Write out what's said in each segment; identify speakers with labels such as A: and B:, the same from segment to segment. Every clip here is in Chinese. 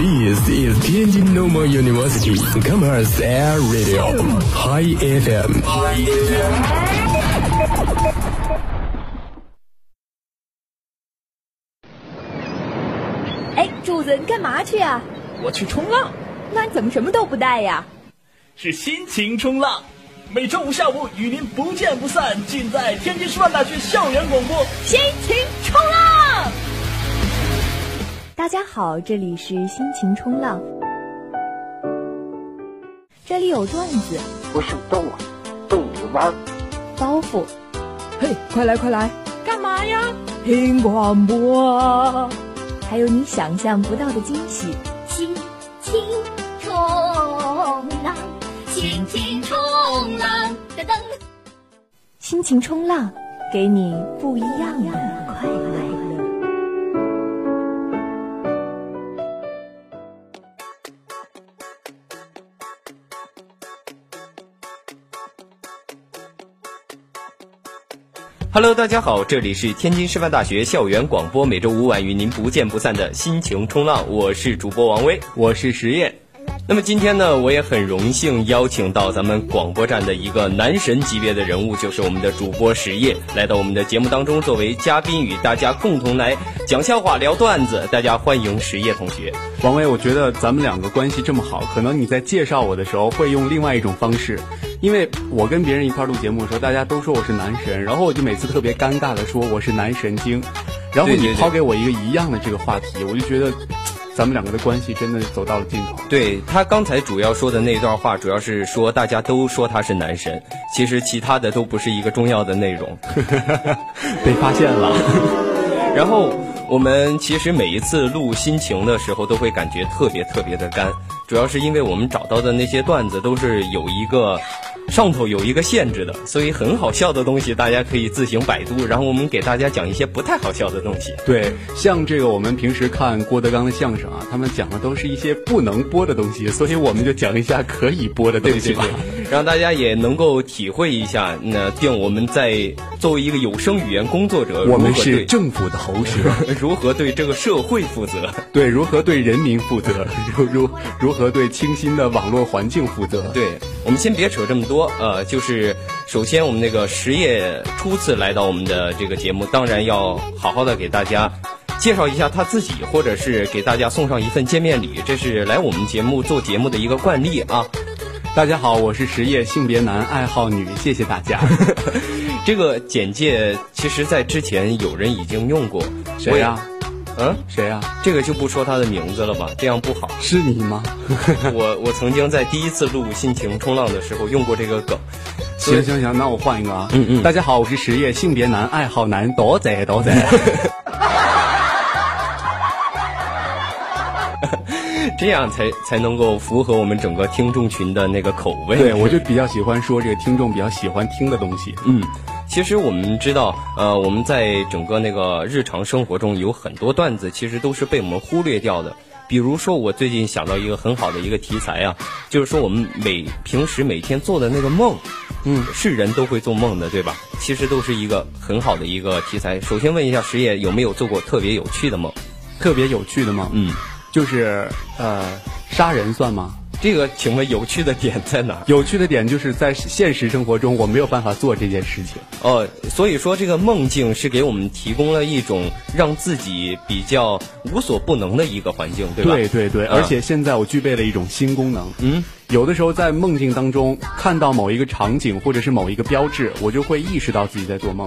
A: This is Tianjin Normal University Commerce Air Radio High FM。
B: 哎，柱子，你干嘛去啊？
C: 我去冲浪，
B: 那你怎么什么都不带呀？
C: 是心情冲浪。每周五下午与您不见不散，尽在天津师范大学校园广播。
B: 心情冲浪。大家好，这里是心情冲浪，这里有段子、
D: 不是逗啊，逗你玩儿。
B: 包袱、
E: 嘿，快来快来，
B: 干嘛呀？
E: 听广播！
B: 还有你想象不到的惊喜。
F: 心情冲浪，心情冲浪，噔噔。
B: 心情冲浪，给你不一样的快乐。
G: Hello，大家好，这里是天津师范大学校园广播，每周五晚与您不见不散的心情冲浪，我是主播王威，我是石业。那么今天呢，我也很荣幸邀请到咱们广播站的一个男神级别的人物，就是我们的主播石业，来到我们的节目当中作为嘉宾，与大家共同来讲笑话、聊段子。大家欢迎石业同学。
H: 王威，我觉得咱们两个关系这么好，可能你在介绍我的时候会用另外一种方式，因为我跟别人一块儿录节目的时候，大家都说我是男神，然后我就每次特别尴尬的说我是男神经，然后
G: 对对
H: 你
G: 对
H: 抛给我一个一样的这个话题，我就觉得咱们两个的关系真的走到了尽头。
G: 对他刚才主要说的那段话，主要是说大家都说他是男神，其实其他的都不是一个重要的内 容。
H: 被发现了，
G: 然后我们其实每一次录心情的时候，都会感觉特别特别的干，主要是因为我们找到的那些段子都是有一个。上头有一个限制的，所以很好笑的东西大家可以自行百度，然后我们给大家讲一些不太好笑的东 西。
H: 对，像这个我们平时看郭德纲的相声啊，他们讲的都是一些不能播的东西，所以我们就讲一下可以播的东
G: 对
H: 西
G: 对
H: 吧。
G: 对，让大家也能够体会一下，那定我们在作为一个有声语言工作 者，
H: 我们
G: 如何
H: 是
G: 对
H: 政府的喉舌。
G: 如何对这个社会负责？
H: 对如何对人民负责，如如如何对清新的网络环境负责。
G: 对，我们先别扯这么多，呃，就是首先我们那个实业初次来到我们的这个节目，当然要好好的给大家介绍一下他自己，或者是给大家送上一份见面礼，这是来我们节目做节目的一个惯例啊。
H: 大家好，我是实业性别男，爱好女，谢谢大 家。
G: 这个简介其实在之前有人已经用过，
H: 谁啊呀、
G: 我也？嗯，
H: 谁呀、
G: 这个就不说他的名字了吧，这样不好。
H: 是你吗？
G: 我我曾经在第一次录心情冲浪的时候用过这个梗，
H: 行行行，那我换一个啊。
G: 嗯嗯
H: 大家好，我是实业性别男，爱好男，多仔多仔。
G: 这样才才能够符合我们整个听众群的那个口 味。
H: 对，我就比较喜欢说这个听众比较喜欢听的东西。
G: 嗯，其实我们知道，呃，我们在整个那个日常生活中有很多段子，其实都是被我们忽略掉的。比如说，我最近想到一个很好的一个题材啊，就是说我们每平时每天做的那个梦，嗯，是人都会做梦的，对吧？其实都是一个很好的一个题材。首先问一下石野有没有做过特别有趣的梦？
H: 特别有趣的吗？
G: 嗯，
H: 就是呃，杀人算吗？
G: 这个请问有趣的点在哪儿？
H: 有趣的点就是在现实生活中我没有办法做这件事情。
G: 哦，所以说这个梦境是给我们提供了一种让自己比较无所不能的一个环境，对吧？
H: 对对对，
G: 嗯
H: 而且现在我具备了一种新功能，
G: 嗯，
H: 有的时候在梦境当中看到某一个场景或者是某一个标志，我就会意识到自己在做梦，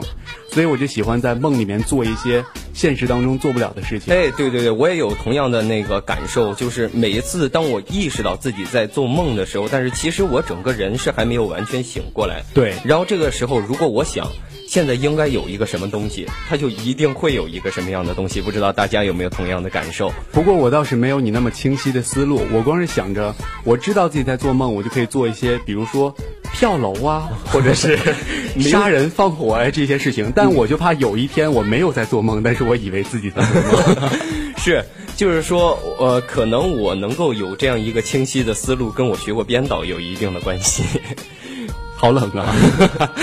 H: 所以我就喜欢在梦里面做一些现实当中做不了的事情。
G: 哎，对对对，我也有同样的那个感受，就是每一次当我意识到自己在做梦的时候，但是其实我整个人是还没有完全醒过来。
H: 对
G: 然后这个时候，如果我想现在应该有一个什么东西，它就一定会有一个什么样的东西。不知道大家有没有同样的感受？
H: 不过我倒是没有你那么清晰的思路，我光是想着我知道自己在做梦，我就可以做一些，比如说跳楼 啊，或者是杀人放火啊这些事情。但我就怕有一天我没有在做梦，但是我以为自己在做梦。
G: 是，就是说，呃，可能我能够有这样一个清晰的思路，跟我学过编导有一定的关系。
H: 好冷啊！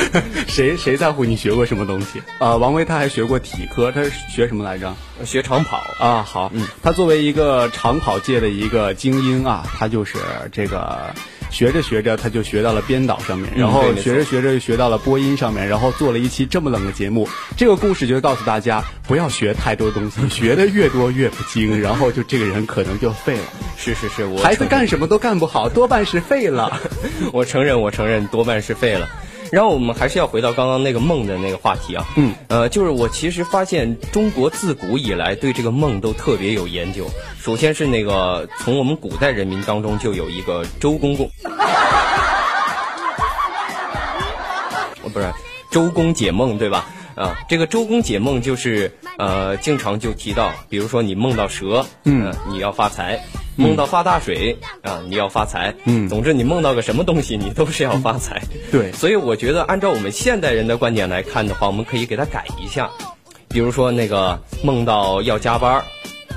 H: 谁谁在乎你学过什么东西？啊，王威他还学过体科，他是学什么来着？
G: 学长跑
H: 啊，好，嗯，他作为一个长跑界的一个精英啊，他就是这个学着学着他就学到了编导上面，然后
G: 对没错
H: 学着学着就学到了播音上面，然后做了一期这么冷的节目。这个故事就告诉大家，不要学太多东西，学的越多越不精，然后就这个人可能就废了。
G: 是是是，我
H: 孩子
G: 承认
H: 干什么都干不好，多半是废了。
G: 我承认，我承认，多半是废了。然后我们还是要回到刚刚那个梦的那个话题啊，
H: 嗯，
G: 呃，就是我其实发现中国自古以来对这个梦都特别有研究。首先是那个从我们古代人民当中就有一个周公公，哦，不是周公解梦对吧？啊，这个周公解梦就是呃，经常就提到，比如说你梦到蛇，
H: 嗯
G: 呃你要发财；梦到发大水啊、你要发财。
H: 嗯
G: 总之你梦到个什么东西，你都是要发财。
H: 对
G: 所以我觉得按照我们现代人的观点来看的话，我们可以给它改一下，比如说那个梦到要加班儿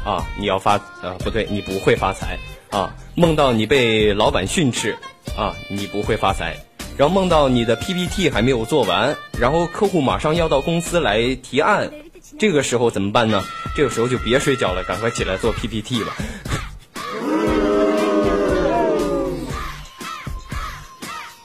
G: 啊，你要发呃不对，你不会发财啊；梦到你被老板训斥啊，你不会发财。然后梦到你的 PPT 还没有做完，然后客户马上要到公司来提案，这个时候怎么办呢？这个时候就别睡觉了，赶快起来做 PPT 吧。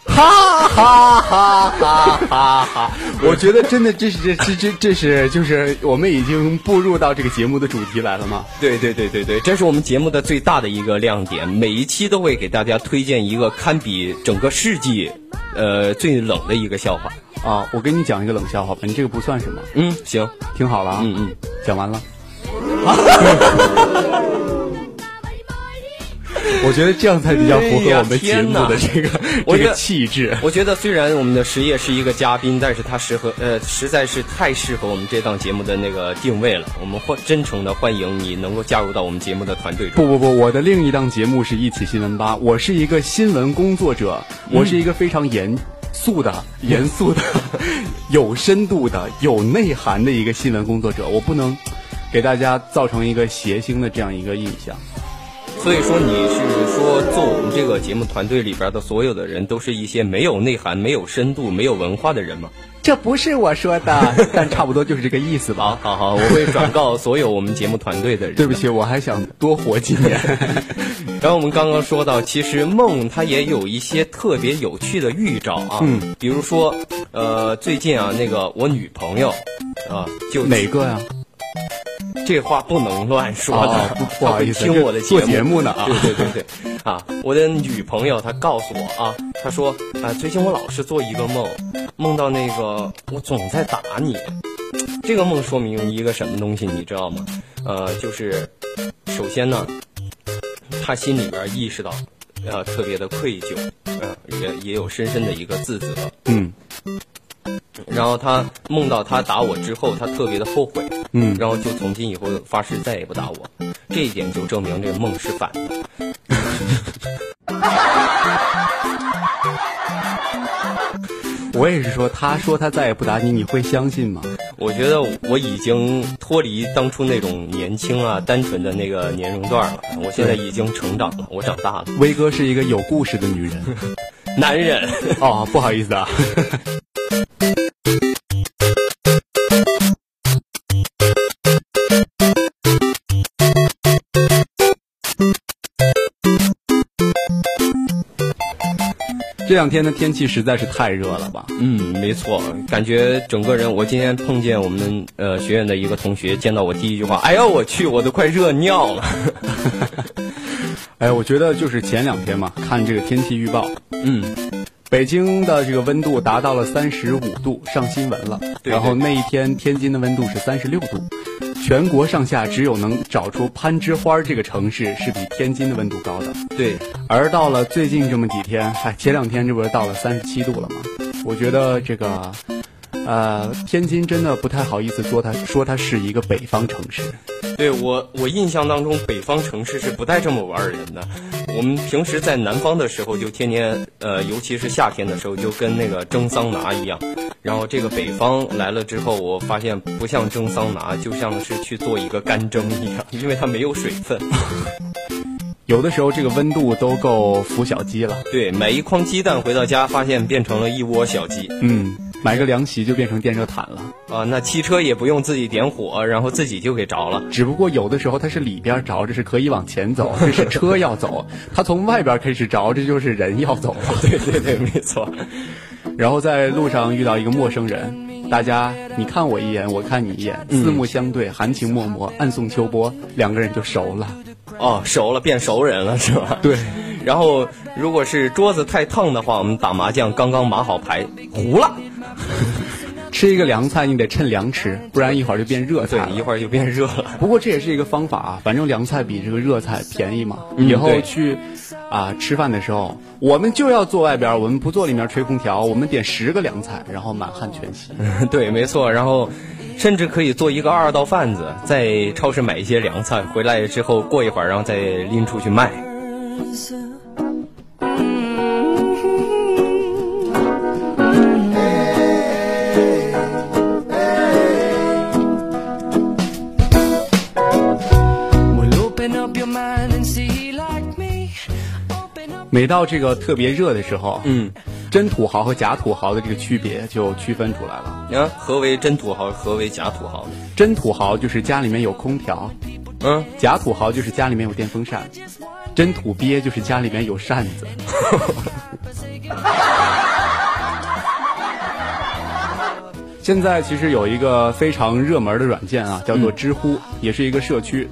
H: 哈哈哈哈哈哈！我觉得真的这是这这这这是就是我们已经步入到这个节目的主题来了吗？
G: 对对对对对，这是我们节目的最大的一个亮点，每一期都会给大家推荐一个堪比整个世纪，呃，最冷的一个笑话。
H: 啊，我跟你讲一个冷笑话吧，你这个不算什么，
G: 嗯，行，
H: 听好了啊，
G: 嗯嗯，
H: 讲完了。 我觉得这样才比较符合我们节目的这 个
G: 我
H: 这
G: 觉
H: 个
G: 得
H: 气质。
G: 我觉得虽然我们的实业是一个嘉宾，但是他适合呃，实在是太适合我们这档节目的那个定位了。我们欢真诚的欢迎你能够加入到我们节目的团队中。
H: 不不不，我的另一档节目是《一起新闻吧》，我是一个新闻工作者，我是一个非常严肃的、严肃的、 有深度的、有内涵的一个新闻工作者，我不能给大家造成一个谐星的这样一个印象。
G: 所以说你是说做我们这个节目团队里边的所有的人都是一些没有内涵、没有深度、没有文化的人吗？
H: 这不是我说的，但差不多就是这个意思吧。
G: 好好，我会转告所有我们节目团队 的人。
H: 对不起，我还想多活几年。
G: 然后我们刚刚说到，其实梦它也有一些特别有趣的预兆啊，
H: 嗯，
G: 比如说，呃，最近啊，那个我女朋友，啊，就
H: 哪个呀、
G: 这话不能乱说的，
H: 哦 不不好意思
G: 她会听我的
H: 这做节目呢啊
G: 对对对对，啊，我的女朋友她告诉我啊，她说啊，最近我老是做一个梦，梦到那个我总在打你，这个梦说明一个什么东西，你知道吗？呃，就是首先呢，她心里边意识到，呃，特别的愧疚，呃，也也有深深的一个自责，
H: 嗯
G: 然后她梦到她打我之后，她特别的后悔，
H: 嗯，
G: 然后就从今以后发誓再也不打我。这一点就证明这个梦是反的。
H: 我也是说，他说他再也不打你，你会相信吗？
G: 我觉得我已经脱离当初那种年轻啊、单纯的那个年龄段了，我现在已经成长了，我长大了，
H: 威哥是一个有故事的女人。
G: 男人。
H: 哦，不好意思啊。这两天的天气实在是太热了吧？
G: 嗯， 没错，感觉整个人。我今天碰见我们呃学院的一个同学，见到我第一句话，哎呀，我去，我都快热尿了。
H: 哎，我觉得就是前两天嘛，看这个天气预报，
G: 嗯，
H: 北京的这个温度达到了三十五度，上新闻了。
G: 对
H: 然后那一天天津的温度是三十六度，全国上下只有能找出攀枝花这个城市是比天津的温度高的。
G: 对，
H: 而到了最近这么几天，哎，前两天这不是到了三十七度了吗？我觉得这个，呃，天津真的不太好意思说它说它是一个北方城市。
G: 对我，我印象当中，北方城市是不带这么玩儿人的。我们平时在南方的时候，就天天，呃，尤其是夏天的时候，就跟那个蒸桑拿一样。然后这个北方来了之后，我发现不像蒸桑拿，就像是去做一个干蒸一样，因为它没有水分。
H: 有的时候这个温度都够孵小鸡了。
G: 对，买一筐鸡蛋回到家，发现变成了一窝小鸡。
H: 嗯，买个凉席就变成电热毯了。
G: 啊，那汽车也不用自己点火，然后自己就给着了。
H: 只不过有的时候它是里边着，这是可以往前走，这是车要走；它从外边开始着，这就是人要走了。
G: 对对对，没错。
H: 然后在路上遇到一个陌生人，大家你看我一眼，我看你一眼，四目相对，含情脉脉，暗送秋波，两个人就熟了。
G: 哦，熟了变熟人了是吧？
H: 对。
G: 然后如果是桌子太烫的话，我们打麻将刚刚码好牌，糊了。
H: 吃一个凉菜你得趁凉吃，不然一会儿就变热菜
G: 对，一会儿就变热了。
H: 不过这也是一个方法啊，反正凉菜比这个热菜便宜嘛。
G: 嗯、
H: 以后去啊、呃、吃饭的时候，我们就要坐外边，我们不坐里面吹空调，我们点十个凉菜，然后满汉全席。
G: 对，没错，然后。甚至可以做一个二道贩子，在超市买一些凉菜，回来之后过一会儿，然后再拎出去卖。
H: 每到这个特别热的时候，
G: 嗯。
H: 真土豪和假土豪的这个区别就区分出来了。
G: 你看、啊，何为真土豪？何为假土豪？
H: 真土豪就是家里面有空调，
G: 嗯，
H: 假土豪就是家里面有电风扇，真土鳖就是家里面有扇子。 现在其实有一个非常热门的软件啊，叫做知乎，嗯、也是一个社区。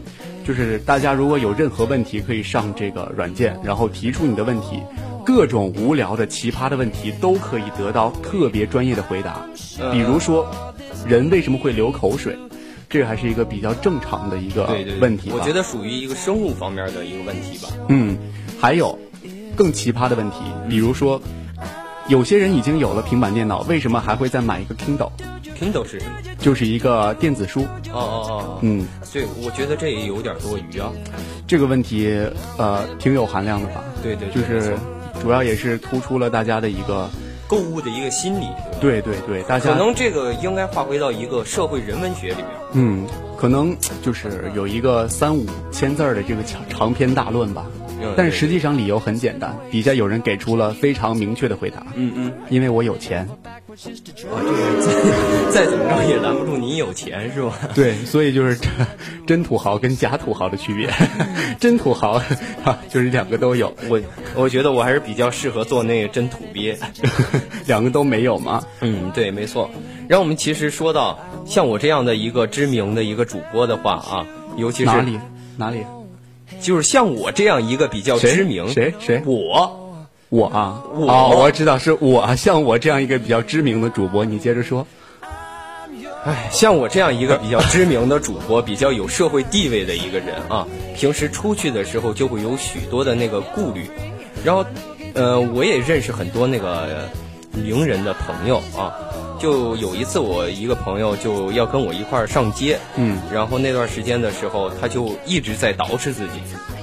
H: 就是大家如果有任何问题，可以上这个软件，然后提出你的问题，各种无聊的、奇葩的问题都可以得到特别专业的回答。
G: 呃
H: 比如说，人为什么会流口水？这还是一个比较正常的一个问题
G: 对对对。我觉得属于一个生物方面的一个问题吧。
H: 嗯，还有更奇葩的问题，比如说，有些人已经有了平板电脑，为什么还会再买一个 Kindle？
G: Kindle 是什么？
H: 就是一个电子书。
G: 哦哦哦，
H: 嗯，
G: 对，我觉得这也有点多余啊。
H: 这个问题，呃，挺有含量的吧？
G: 对,对对，
H: 就是主要也是突出了大家的一个
G: 购物的一个心理。
H: 对对对，大家
G: 可能这个应该划归到一个社会人文学里面。
H: 嗯，可能就是有一个三五千字的这个长长篇大论吧。但是实际上理由很简单，底下有人给出了非常明确的回答。
G: 嗯嗯，
H: 因为我有钱。
G: 啊，这个再怎么着也拦不住你有钱是吧？
H: 对，所以就是真土豪跟假土豪的区别。 真土豪啊，就是两个都有。
G: 我 我觉得我还是比较适合做那个真土 鳖，
H: 两个都没有嘛。
G: 嗯，对，没错。然后我们其实说到像我这样的一个知名的一个主播的话啊，尤其是
H: 哪里哪里。
G: 就是像我这样一个比较知名，
H: 谁谁
G: 我，
H: 我啊，
G: 我、
H: 哦、我知道是我，像我这样一个比较知名的主播，你接着说。
G: 哎，像我这样一个比较知名的主播，比较有社会地位的一个人啊，平时出去的时候就会有许多的那个顾虑，然后，呃，我也认识很多那个呃名人的朋友啊。就有一次，我一个朋友就要跟我一块儿上街，
H: 嗯，
G: 然后那段时间的时候，他就一直在捯饬自己。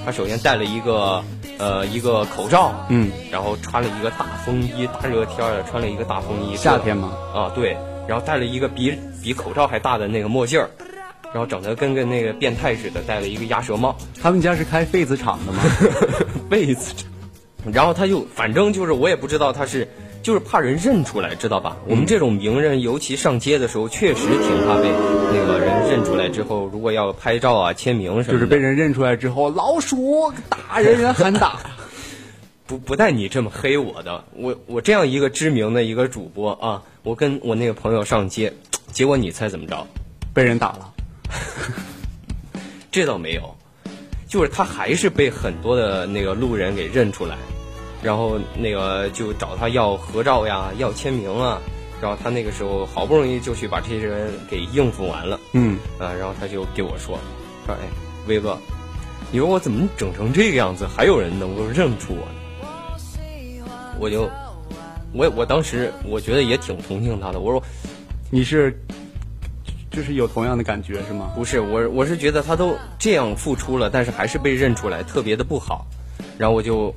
G: 他首先戴了一个呃一个口罩，
H: 嗯，
G: 然后穿了一个大风衣，大热天儿穿了一个大风衣，
H: 夏天嘛，
G: 啊对，然后戴了一个比比口罩还大的那个墨镜儿，然后整的跟个那个变态似的，戴了一个鸭舌帽。
H: 他们家是开痱子厂的吗？
G: 痱子厂，然后他就反正就是我也不知道他是。就是怕人认出来，知道吧？
H: 嗯
G: 我们这种名人，尤其上街的时候，确实挺怕被那个人认出来。之后，如果要拍照啊、签名什么的，
H: 就是被人认出来之后，老鼠打人，人喊 打。
G: 不不带你这么黑我的，我我这样一个知名的一个主播啊，我跟我那个朋友上街，结果你猜怎么着？
H: 被人打了？
G: 这倒没有，就是他还是被很多的那个路人给认出来。然后那个就找他要合照呀，要签名啊。然后他那个时候好不容易就去把这些人给应付完了。
H: 嗯
G: 啊，然后他就给我说：“说哎，威哥，你说我怎么整成这个样子，还有人能够认出我呢？”我就，我我当时我觉得也挺同情他的。我说：“
H: 你是，就是有同样的感觉是吗？”
G: 不是，我我是觉得他都这样付出了，但是还是被认出来，特别的不好。然后我就。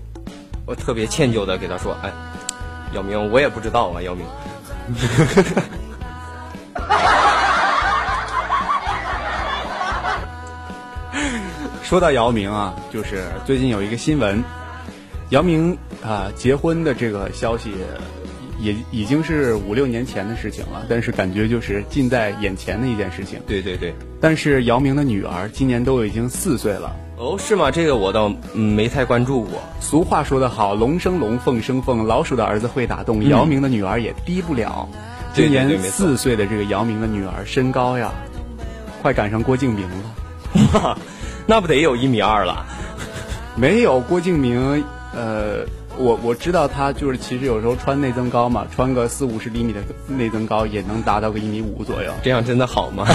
G: 我特别歉疚的给他说：“哎，姚明，我也不知道啊，姚明。”
H: 说到姚明啊，就是最近有一个新闻，姚明啊结婚的这个消息也，也已经是五六年前的事情了，但是感觉就是近在眼前的一件事情。
G: 对对对，
H: 但是姚明的女儿今年都已经四岁了。
G: 哦，是吗？这个我倒、嗯、没太关注过。
H: 俗话说得好，龙生龙，凤生凤，老鼠的儿子会打洞，
G: 嗯
H: 姚明的女儿也低不了。今
G: 对
H: 年
G: 对对没错
H: 四岁的这个姚明的女儿身高呀，快赶上郭敬明了。
G: 哇，那不得有一米二了？
H: 没有郭敬明，呃，我我知道他就是其实有时候穿内增高嘛，穿个四五十厘米的内增高也能达到个一米五左 右。
G: 这样真的好吗？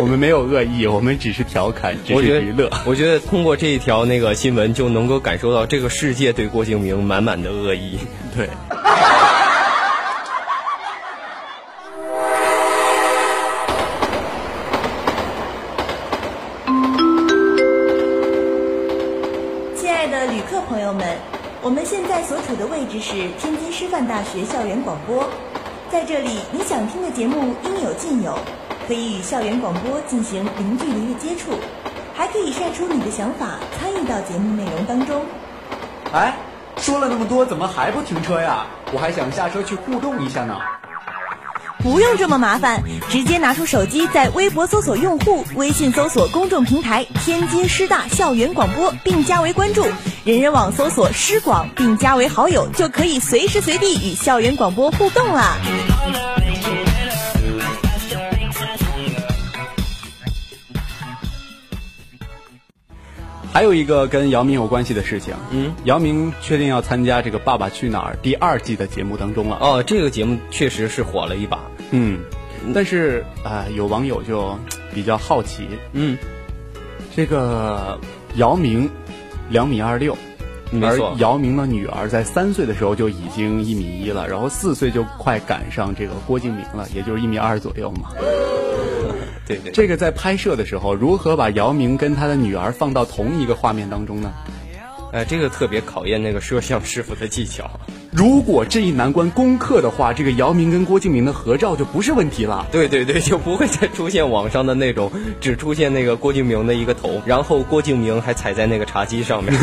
H: 我们没有恶意，我们只是调侃，只
G: 我觉
H: 是
G: 得
H: 娱乐。
G: 我觉得通过这一条那个新闻，就能够感受到这个世界对郭敬明满满的恶意。
H: 对。
I: 亲爱的旅客朋友们，我们现在所处的位置是天津师范大学校园广播，在这里你想听的节目应有尽有，可以与校园广播进行零距离的接触，还可以晒出你的想法，参与到节目内容当中。
H: 哎，说了那么多，怎么还不停车呀？我还想下车去互动一下呢。
I: 不用这么麻烦，直接拿出手机，在微博搜索用户，微信搜索公众平台“天津师大校园广播”，并加为关注；人人网搜索“师广”，并加为好友，就可以随时随地与校园广播互动啦。
H: 还有一个跟姚明有关系的事情，
G: 嗯，
H: 姚明确定要参加这个《爸爸去哪儿》第二季的节目当中了。
G: 哦，这个节目确实是火了一把。
H: 嗯，但是啊、有网友就比较好奇，
G: 嗯，
H: 这个姚明两米二六，
G: 没
H: 而
G: 错。
H: 姚明的女儿在三岁的时候就已经一米一了，然后四岁就快赶上这个郭敬明了，也就是一米二左右嘛。
G: 对对，
H: 这个在拍摄的时候，如何把姚明跟他的女儿放到同一个画面当中呢？
G: 哎，这个特别考验那个摄像师傅的技巧。
H: 如果这一难关攻克的话，这个姚明跟郭敬明的合照就不是问题了。
G: 对对对，就不会再出现网上的那种只出现那个郭敬明的一个头，然后郭敬明还踩在那个茶几上面。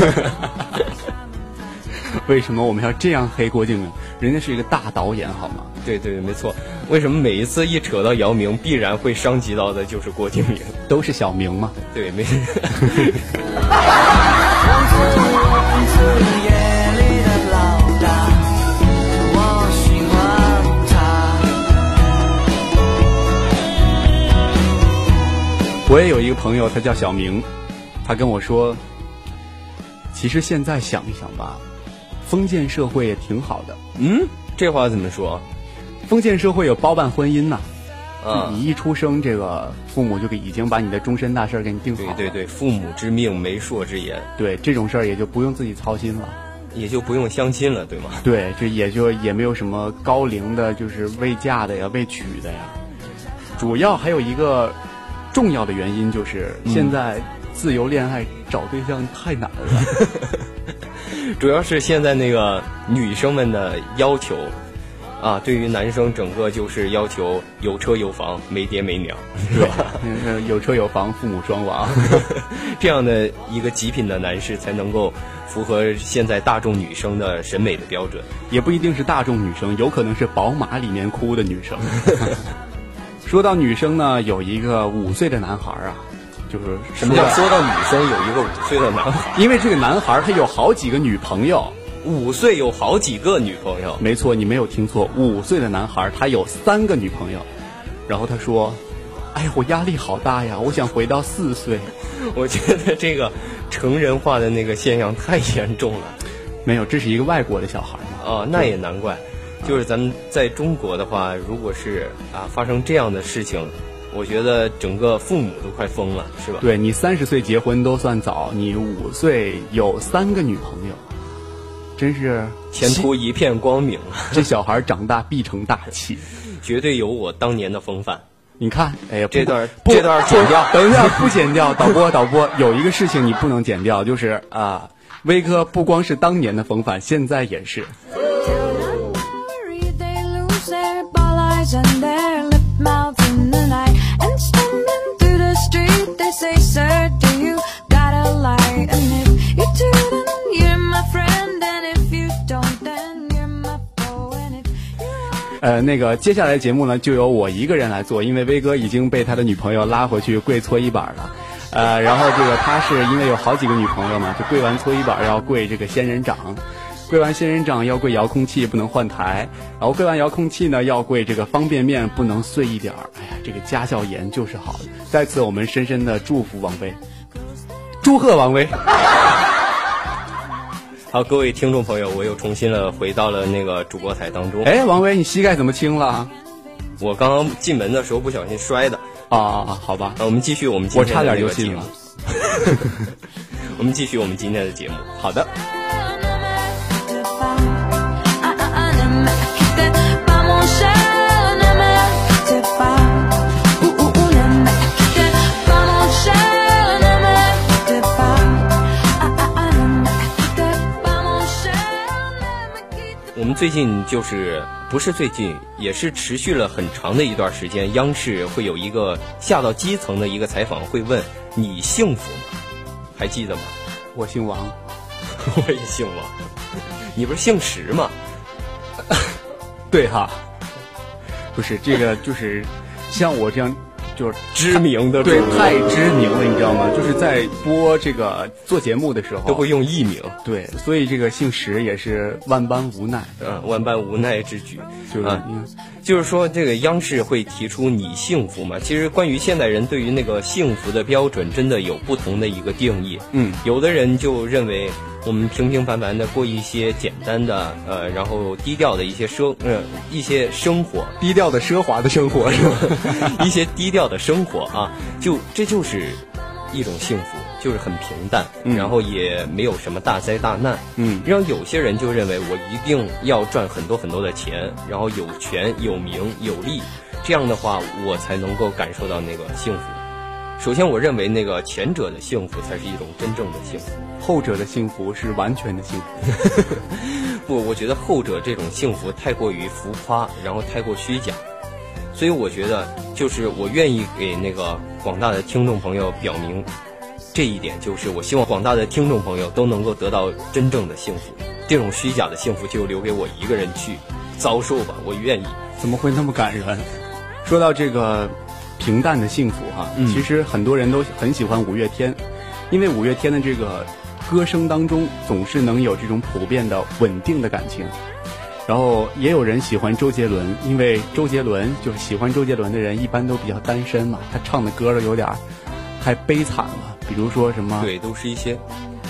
H: 为什么我们要这样黑郭敬明？人家是一个大导演，好吗？
G: 对对，没错。为什么每一次一扯到姚明，必然会伤及到的就是郭敬明？
H: 都是小明嘛。
G: 对，没。
H: 我也有一个朋友，他叫小明，他跟我说，其实现在想一想吧，封建社会也挺好的。
G: 嗯，这话怎么说？
H: 封建社会有包办婚姻呐、
G: 啊，
H: 你一出生，这个父母就给已经把你的终身大事儿给你定好
G: 对
H: 了。
G: 对对，父母之命，媒妁之言，
H: 对，这种事儿也就不用自己操心了。
G: 也就不用相亲了，对吗？
H: 对，这也就也没有什么高龄的，就是未嫁的呀、未娶的呀。主要还有一个重要的原因就是，现在自由恋爱找对象太难了。
G: 主要是现在那个女生们的要求，啊，对于男生整个就是要求有车有房，没爹没娘，是吧？
H: 嗯 有车有房，父母双亡。
G: 这样的一个极品的男士才能够符合现在大众女生的审美的标准。
H: 也不一定是大众女生，有可能是宝马里面哭的女生。 说到女生呢，有一个五岁的男孩啊，就是
G: 什么叫说到女生有一个五岁的男孩，
H: 因为这个男孩他有好几个女朋友，
G: 五岁有好几个女朋友？
H: 没错，你没有听错，五岁的男孩他有三个女朋友。然后他说：“哎呀，我压力好大呀，我想回到四岁。
G: 我觉得这个成人化的那个现象太严重了。”
H: 没有，这是一个外国的小孩嘛。
G: 哦，那也难怪。就是咱们在中国的话，如果是啊发生这样的事情，我觉得整个父母都快疯了，是吧？
H: 对你三十岁结婚都算早，你五岁有三个女朋友，真是
G: 前途一片光明啊，
H: 这小孩长大必成大器。
G: 绝对有我当年的风范。
H: 你看，哎呀，不
G: 这段
H: 不
G: 这段剪掉
H: 不等一下不剪掉。导播，导播，有一个事情你不能剪掉，就是啊，威哥不光是当年的风范，现在也是。
J: Worried they lose their ball eyes and their lip mouth in the night and stumble through the street. They say, Sir, do you
H: 呃，那个接下来节目呢，就由我一个人来做，因为威哥已经被他的女朋友拉回去跪搓衣板了。呃，然后这个他是因为有好几个女朋友嘛，就跪完搓衣板要跪这个仙人掌，跪完仙人掌要跪遥控器不能换台，然后跪完遥控器呢要跪这个方便面不能碎一点儿。哎呀，这个家教严就是好。在此我们深深的祝福王威，祝贺王威。
G: 好，各位听众朋友，我又重新了回到了那个主播台当中。
H: 哎，王威，你膝盖怎么青了？
G: 我刚刚进门的时候不小心摔的。
H: 啊、哦，好吧，
G: 那我们继续我们
H: 我差点就信了。
G: 我们继续我们今天的节目。好的。
J: Ah, Ah,
G: 我们最近就是不是最近，也是持续了很长的一段时间，央视会有一个下到基层的一个采访，会问你幸福吗？还记得吗？
H: 我姓王，
G: 我也姓王， 你不是姓石吗？
H: 对哈，不是这个，就是像我这样。就是
G: 知名的
H: 对，太知名了，你知道吗？就是在播这个做节目的时候，
G: 都会用艺名。
H: 对，所以这个姓石也是万般无奈，
G: 嗯，万般无奈之举。
H: 就是、
G: 啊
H: 嗯，
G: 就是说这个央视会提出你幸福吗？其实关于现代人对于那个幸福的标准，真的有不同的一个定义。
H: 嗯，
G: 有的人就认为我们平平凡凡的过一些简单的，呃，然后低调的一些生，呃，一些生活，
H: 低调的奢华的生活是吧？
G: 一些低调的生活啊，就这就是一种幸福，就是很平淡，
H: 嗯
G: 然后也没有什么大灾大难。
H: 嗯
G: 让有些人就认为我一定要赚很多很多的钱，然后有权有名有利，这样的话我才能够感受到那个幸福。首先，我认为那个前者的幸福才是一种真正的幸福。
H: 后者的幸福是完全的幸福。
G: 不，我觉得后者这种幸福太过于浮夸，然后太过虚假。所以我觉得，就是我愿意给那个广大的听众朋友表明这一点，就是我希望广大的听众朋友都能够得到真正的幸福。这种虚假的幸福就留给我一个人去遭受吧，我愿意。
H: 怎么会那么感人？说到这个平淡的幸福哈、其实很多人都很喜欢五月天，因为五月天的这个歌声当中总是能有这种普遍的稳定的感情。然后也有人喜欢周杰伦，因为周杰伦就是喜欢周杰伦的人一般都比较单身嘛，他唱的歌都有点儿太悲惨了，比如说什么
G: 对，都是一些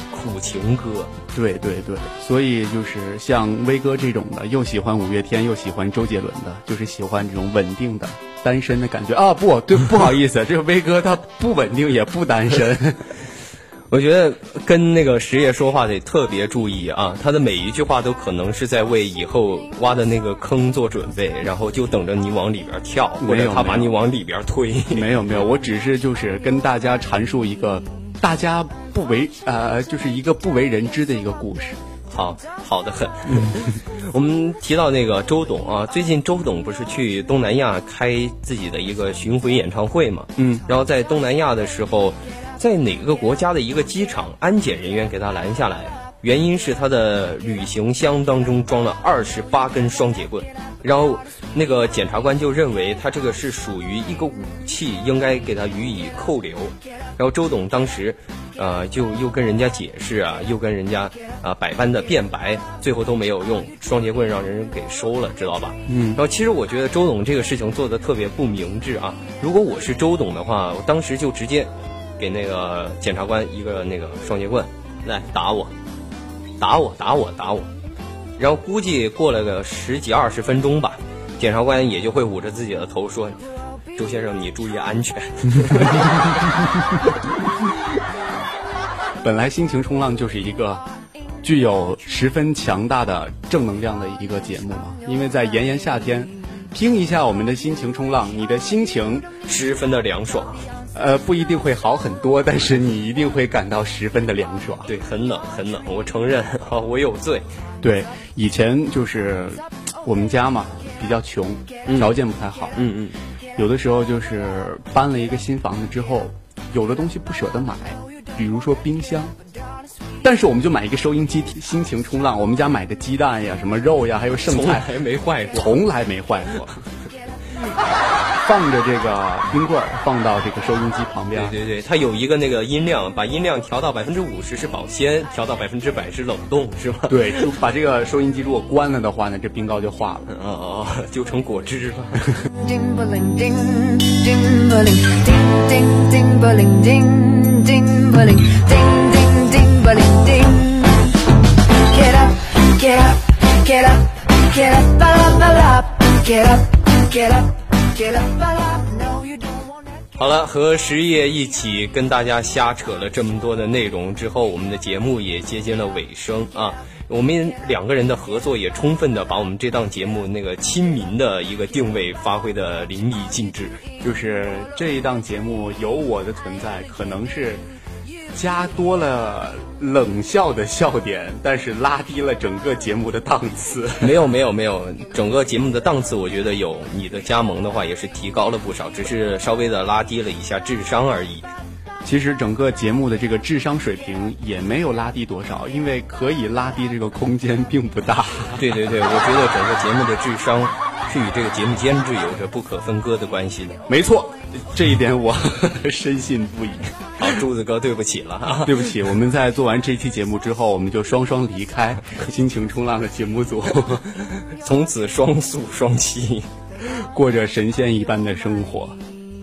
G: 苦情歌。
H: 对对对，所以就是像威哥这种的，又喜欢五月天，又喜欢周杰伦的，就是喜欢这种稳定的单身的感觉啊！不对，不好意思，这个威哥他不稳定也不单身。
G: 我觉得跟那个石爷说话得特别注意啊，他的每一句话都可能是在为以后挖的那个坑做准备，然后就等着你往里边跳，或
H: 没
G: 者
H: 有
G: 他把
H: 没
G: 你
H: 有
G: 往里边推。
H: 没有没有，我只是就是跟大家阐述一个大家不为呃，就是一个不为人知的一个故事。
G: 好好的很。 我们提到那个周董啊，最近周董不是去东南亚开自己的一个巡回演唱会嘛？
H: 嗯，
G: 然后在东南亚的时候，在哪个国家的一个机场，安检人员给他拦下来，原因是他的旅行箱当中装了二十八根双节棍，然后那个检察官就认为他这个是属于一个武器，应该给他予以扣留。然后周董当时，呃，就又跟人家解释啊，又跟人家啊、百般的辩白，最后都没有用，双节棍让人给收了，知道吧？嗯。然后其实我觉得周董这个事情做的特别不明智啊。如果我是周董的话，我当时就直接给那个检察官一个那个双节棍，来打我，打我，打我，打我。然后估计过了个十几二十分钟吧，检察官也就会捂着自己的头说：“周先生，你注意安全。”
H: 本来心情冲浪就是一个具有十分强大的正能量的一个节目嘛，因为在炎炎夏天，听一下我们的心情冲浪，你的心情
G: 十分的凉爽，
H: 呃不一定会好很多，但是你一定会感到十分的凉爽。
G: 对，很冷很冷，我承认啊，我有罪。
H: 对，以前就是我们家嘛比较穷，条件不太好，
G: 嗯
H: 有的时候就是搬了一个新房子之后，有的东西不舍得买，比如说冰箱。但是我们就买一个收音机，心情冲浪。我们家买的鸡蛋呀、什么肉呀，还有剩菜，
G: 从来没坏过，
H: 从来没坏过。放着这个冰棍儿，放到这个收音机旁边。
G: 对对对，它有一个那个音量，把音量调到百分之五十是保鲜，调到百分之百是冷冻，是吧？
H: 对，就把这个收音机如果关了的话呢，这冰糕就化了，
G: 哦哦，就成果汁了。
J: 叮不灵叮，叮不灵叮叮叮不灵叮，叮不灵叮叮叮不灵叮。Get up, get up, get up, get up, ba la ba la, get up, get up.
G: 好了，和石业一起跟大家瞎扯了这么多的内容之后，我们的节目也接近了尾声啊。我们两个人的合作也充分的把我们这档节目那个亲民的一个定位发挥的淋漓尽致。
H: 就是 这一档节目有我的存在，可能是加多了冷笑的笑点，但是拉低了整个节目的档次。
G: 没有没有没有，整个节目的档次我觉得有你的加盟的话也是提高了不少，只是稍微的拉低了一下智商而已。
H: 其实整个节目的这个智商水平也没有拉低多少，因为可以拉低这个空间并不大。
G: 对对对，我觉得整个节目的智商是与这个节目监制有着不可分割的关系的。
H: 没错，这一点我 深信不疑。
G: 好，柱子哥，对不起 了啊！
H: 对不起，我们在做完这期节目之后，我们就双双离 开心情冲浪的节目组，
G: 从此双宿双栖，
H: 过着神仙一般的生活。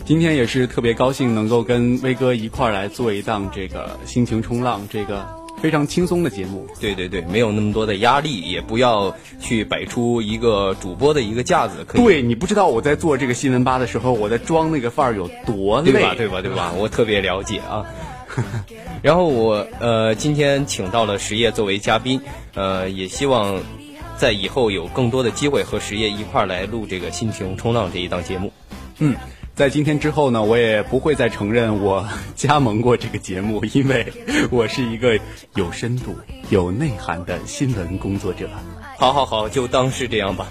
H: 今天也是特别高兴能够跟威哥一块儿来做一档这个心情冲浪这个非常轻松的节目。
G: 对对对，没有那么多的压力，也不要去摆出一个主播的一个架子。可以
H: 对你不知道我在做这个新闻吧的时候，我在装那个范儿有多累，啊
G: 对吧？对吧？对吧？ 我特别了解啊。 然后我呃今天请到了实业作为嘉宾，呃也希望在以后有更多的机会和实业一块儿来录这个心情冲浪这一档节目。
H: 嗯。在今天之后呢，我也不会再承认我加盟过这个节目，因为我是一个有深度、有内涵的新闻工作者。
G: 好好好，就当是这样吧。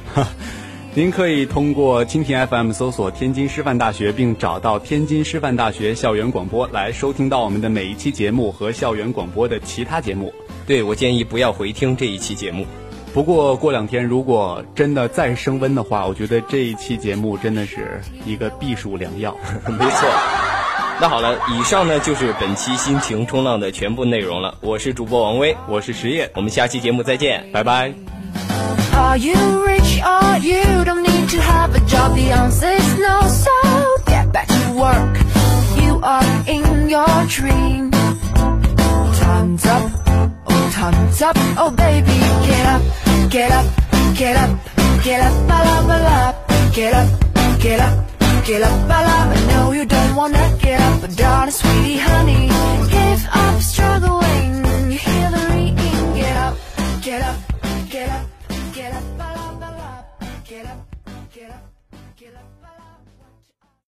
H: 您可以通过蜻蜓 FM 搜索天津师范大学，并找到天津师范大学校园广播来收听到我们的每一期节目和校园广播的其他节目。
G: 对，我建议不要回听这一期节目。
H: 不过过两天如果真的再升温的话，我觉得这一期节目真的是一个避暑良药。
G: 没错。那好了，以上呢就是本期心情冲浪的全部内容了。我是主播王威，
H: 我是石业，
G: 我们下期节目再见，
H: 拜拜。
J: Are you rich? Are you don't need to have a job? The answer's no, so get back to work. You are in your dream. Time's up, oh time's up, oh baby, get up. Get up, get up, get up, ba la ba la. Get up, get up, get up, ba la. But no, you don't wanna get up, but darling, sweetie.